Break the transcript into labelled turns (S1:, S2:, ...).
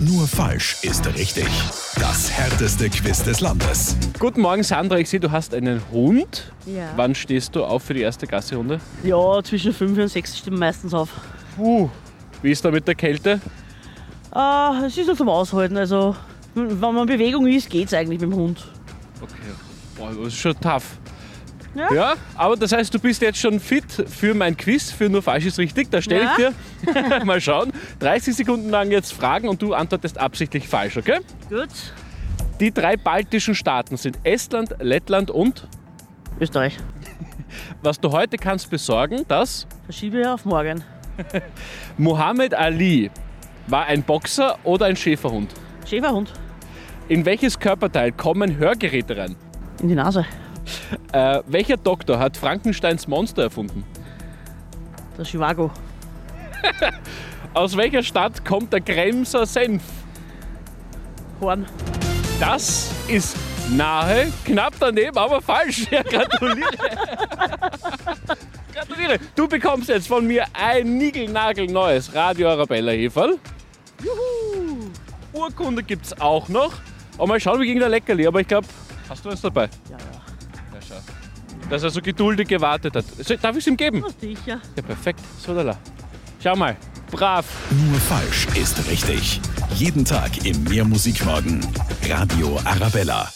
S1: Nur falsch ist richtig. Das härteste Quiz des Landes.
S2: Guten Morgen, Sandra. Ich sehe, du hast einen Hund.
S3: Ja.
S2: Wann stehst du auf für die erste Gassi-Runde?
S3: Ja, zwischen 5 und 6 stimmen meistens auf.
S2: Puh. Wie ist da mit der Kälte?
S3: Ah, es ist nur zum Aushalten. Also, wenn man in Bewegung ist, geht's eigentlich mit dem Hund.
S2: Okay. Boah, das ist schon tough.
S3: Ja.
S2: ja, aber das heißt, du bist jetzt schon fit für mein Quiz, für nur falsch ist richtig. Da stelle
S3: Ja.
S2: ich dir, mal schauen, 30 Sekunden lang jetzt Fragen und du antwortest absichtlich falsch, okay?
S3: Gut.
S2: Die drei baltischen Staaten sind Estland, Lettland und
S3: Österreich.
S2: was du heute kannst besorgen, dass
S3: Verschiebe ja auf morgen.
S2: Muhammad Ali war ein Boxer oder ein Schäferhund.
S3: Schäferhund.
S2: In welches Körperteil kommen Hörgeräte rein?
S3: In die Nase.
S2: Äh, welcher Doktor hat Frankensteins Monster erfunden?
S3: Das Chivago.
S2: Aus welcher Stadt kommt der Kremser Senf?
S3: Horn.
S2: Das ist nahe, knapp daneben, aber falsch. Ja, gratuliere. gratuliere. Du bekommst jetzt von mir ein niegelnagelneues Radio Arabella Heferl. Juhu. Urkunde gibt's auch noch. Und mal schauen, wie ging der Leckerli. Aber ich glaube, hast du eins dabei?
S3: Ja, ja.
S2: Ja, schau. Dass er so geduldig gewartet hat. So, Darf ich es ihm geben?
S3: Sicher.
S2: Ja, perfekt. So, lala. Schau mal. Brav.
S1: Nur falsch ist richtig. Jeden Tag im Mehrmusikmorgen. Radio Arabella.